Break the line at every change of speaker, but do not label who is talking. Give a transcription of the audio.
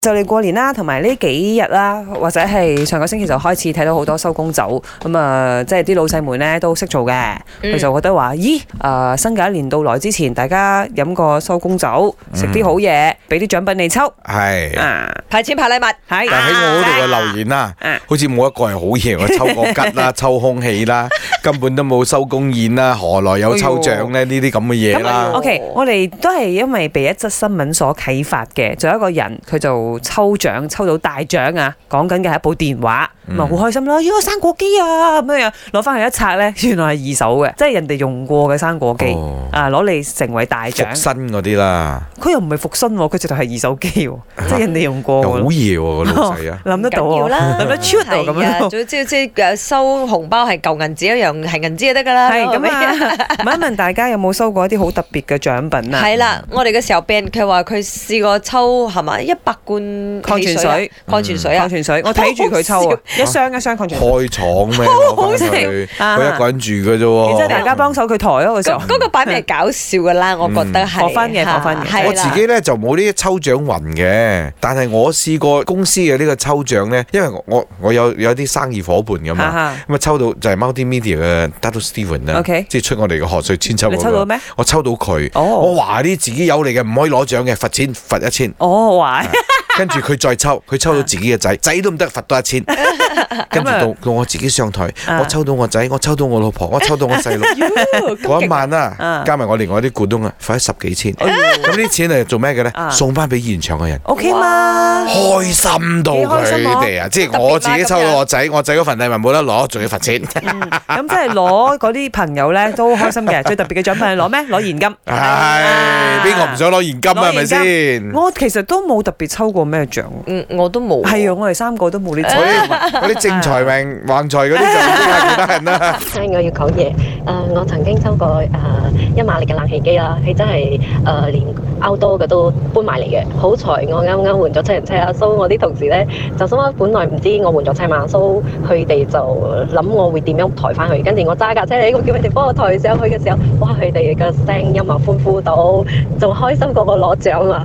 就嚟過年啦，同埋呢幾日啦，或者係上個星期就開始睇到好多收工酒，咁啊，即係啲老細們咧都識做嘅，佢、
嗯
就覺得話，咦，啊新嘅一年到來之前，大家飲個收工酒，食啲好嘢，俾啲獎品你抽
嗯係，
啊，
派錢派禮物，
係
但喺我嗰度嘅留言啦
啊，
好似冇一個係好嘢，我抽個吉 啦，抽空氣啦，根本都冇收公宴啦，何來有抽獎咧？呢啲咁嘅嘢
咁
啊
啦，
OK，我哋都係因為被一則新聞所啟發嘅，就有一個人佢就抽獎抽到大獎啊！講緊嘅係一部電話，
嗯
咁啊好開心啦！咦，生果機啊咁樣樣，攞翻去一拆咧， 原來係二手嘅，即係人哋用過嘅生果機、
哦
啊，攞嚟成為大
復
獎。
身嗰啲啦，
佢又唔係復身喎，佢直頭係二手機喎，即係人哋用過
又好
喎。，
嘢喎，個老細啊
諗得到
唔緊要
喎，
啦，
諗得出喎咁
係啊
樣。
總之即係收紅包係舊銀紙一樣，係銀紙就得㗎啦。
係咁啊！ 問一問大家有冇收過一啲好特別嘅獎品啊？
係啦，我哋嘅時候 band 佢話佢試過抽係咪一百罐
礦泉
汽啊
水、
礦泉水
礦
啊，
泉水，我睇住佢抽 啊，一箱一箱礦泉水。
開廠咩？ 攞
食
翻去，
啊
佢一個人住嘅啫喎。
然之後大家幫手佢抬嗰個時候
嗰，嗰個擺明係搞笑㗎啦，我覺得係。
學返嘢學返嘢
係啦
我自己咧就冇呢啲抽獎運嘅，但係我試過公司嘅呢個抽獎咧，因為我我我有有啲生意伙伴
哈
噶嘛，
哈
咁啊抽到就係 Multimedia 嘅 Dato Steven 啦
OK
即係出我哋嘅賀歲千秋嗰個
你抽到咩？
我抽到佢，
哦
我話啲自己有嚟嘅唔可以攞獎嘅，罰錢罰 一千，
哦，哇！
跟住佢再抽，佢抽到自己嘅仔，仔都唔得，罰多 一千，跟住
啊咁啊
到到我自己上台，
啊
我抽到我仔，我抽到我老婆，我抽到我 細佬。嗰一晚
啊哎
啊，加埋我另外啲股東啊，罰咗十幾千。咁呢啲錢係做咩嘅咧
啊？
送翻俾現場嘅人。
O K 嘛，
開心到佢哋啊！即係我自己抽到我仔，我仔嗰份禮物冇得攞，仲要罰錢。
咁即係攞嗰啲朋友咧都開心 嘅，最特別嘅獎品係攞咩？攞現金。啊
唉，邊個唔想攞現金啊？係咪先？
我其實都冇特別抽過咩獎，
嗯我都冇。
係啊，我哋三個都冇呢
嗰
種。
啲嗰啲正財命橫財嗰啲就唔知係其他人啦。
所以我要講嘢。誒、我曾經抽過誒、一馬力嘅冷氣機啦，佢真係誒、連 outdoor 嘅都搬埋嚟嘅。好彩我啱啱換咗七人車啦，所以我啲同事咧就心諗本來唔知我換咗車嘛，所以佢哋就諗我會點樣抬翻去。跟住我揸架車嚟，我叫佢哋幫我抬上去嘅時候，哇！佢哋嘅聲音啊，歡呼到，仲開心過我攞獎啊！